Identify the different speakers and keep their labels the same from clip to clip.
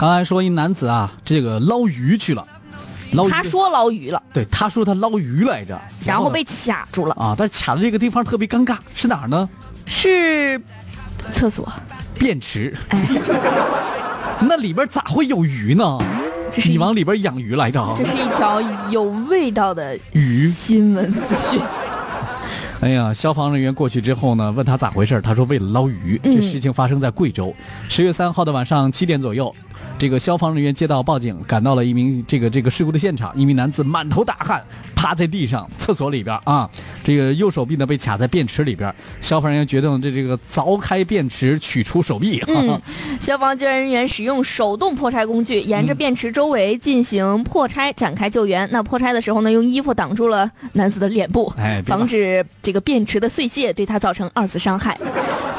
Speaker 1: 刚才说一男子啊，这个捞鱼去了，捞鱼
Speaker 2: 他说捞鱼了，
Speaker 1: 对他说他捞鱼来着，
Speaker 2: 然后
Speaker 1: 呢
Speaker 2: 被卡住了，
Speaker 1: 啊，但是卡的这个地方特别尴尬，是哪儿 呢？
Speaker 2: 是厕
Speaker 1: 哦
Speaker 2: 所，
Speaker 1: 便池，
Speaker 2: 哎，
Speaker 1: 那里边咋会有鱼呢？
Speaker 2: 这是一
Speaker 1: 你往里边养鱼来着啊
Speaker 2: 这？是一条有味道的
Speaker 1: 鱼
Speaker 2: 新闻资 讯。
Speaker 1: 哎呀，消防人员过去之后呢，问他咋回事儿他说为了捞鱼。
Speaker 2: 嗯
Speaker 1: 这事情发生在贵州，十月三号的晚上七点左右，这个消防人员接到报警，赶到了一名这个这个事故的现场，一名男子满头大汗，趴在地上厕所里边儿啊，这个右手臂呢被卡在便池里边儿，消防人员决定这这个凿开便池取出手臂。哈哈
Speaker 2: 嗯，消防救援人员使用手动破拆工具，
Speaker 1: 嗯
Speaker 2: 沿着便池周围进行破拆，展开救援。那破拆的时候呢，用衣服挡住了男子的脸部，
Speaker 1: 哎，别
Speaker 2: 防
Speaker 1: 把
Speaker 2: 止这个便池的碎屑对他造成二次伤害。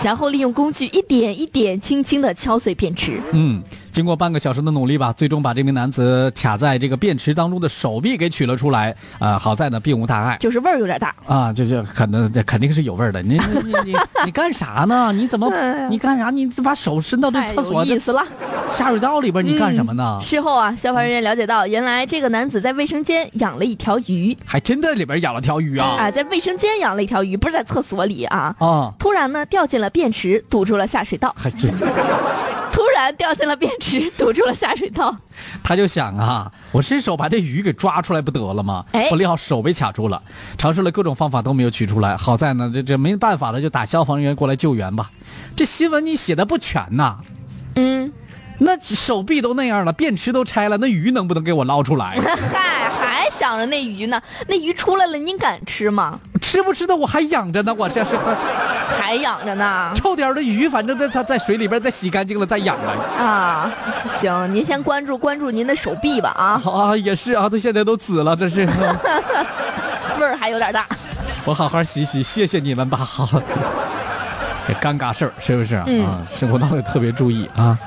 Speaker 2: 然后利用工具一点一点轻轻地敲碎便池。
Speaker 1: 嗯，经过半个小时的努力吧，最终把这名男子卡在这个便池当中的手臂给取了出来。啊、好在呢并无大碍。
Speaker 2: 就是味儿有点大，
Speaker 1: 啊，就是可能这肯定是有味儿的。你你你 你你干啥呢？你怎么
Speaker 2: 哎呀
Speaker 1: 你干啥？你把手伸到这
Speaker 2: 太
Speaker 1: 厕所
Speaker 2: 有
Speaker 1: 这
Speaker 2: 意思了。
Speaker 1: 下水道里边，你干什么呢？
Speaker 2: 事后啊，消防人员了解到，原来这个男子在卫生间养了一条鱼
Speaker 1: 还真在里边养了条鱼啊！
Speaker 2: 啊，在卫生间养了一条鱼，不是在厕所里啊。
Speaker 1: 啊，
Speaker 2: 突然呢，掉进了便池，堵住了下水道。
Speaker 1: 还真
Speaker 2: 突然掉进了便池，堵住了下水道。
Speaker 1: 他就想啊，我伸手把这鱼给抓出来不得了吗？
Speaker 2: 哎
Speaker 1: 不料手被卡住了，尝试了各种方法都没有取出来。好在呢，这这没办法了，就打消防人员过来救援吧。这新闻你写的不全呐、
Speaker 2: 嗯，
Speaker 1: 那手臂都那样了，便池都拆了，那鱼能不能给我捞出来？
Speaker 2: 嗨，还想着那鱼呢？那鱼出来了，您敢吃吗？
Speaker 1: 吃不吃的我还养着呢，我这是。
Speaker 2: 还养着呢。
Speaker 1: 臭点儿的鱼，反正在它在水里边再洗干净了再养了。
Speaker 2: 啊，行，您先关注关注您的手臂吧啊，
Speaker 1: 啊，也是啊，它现在都紫了，这是。
Speaker 2: 味儿还有点大。
Speaker 1: 我好好洗洗，谢谢你们吧。 好，这尴尬事儿是不是啊？
Speaker 2: 嗯
Speaker 1: 生活当中特别注意啊。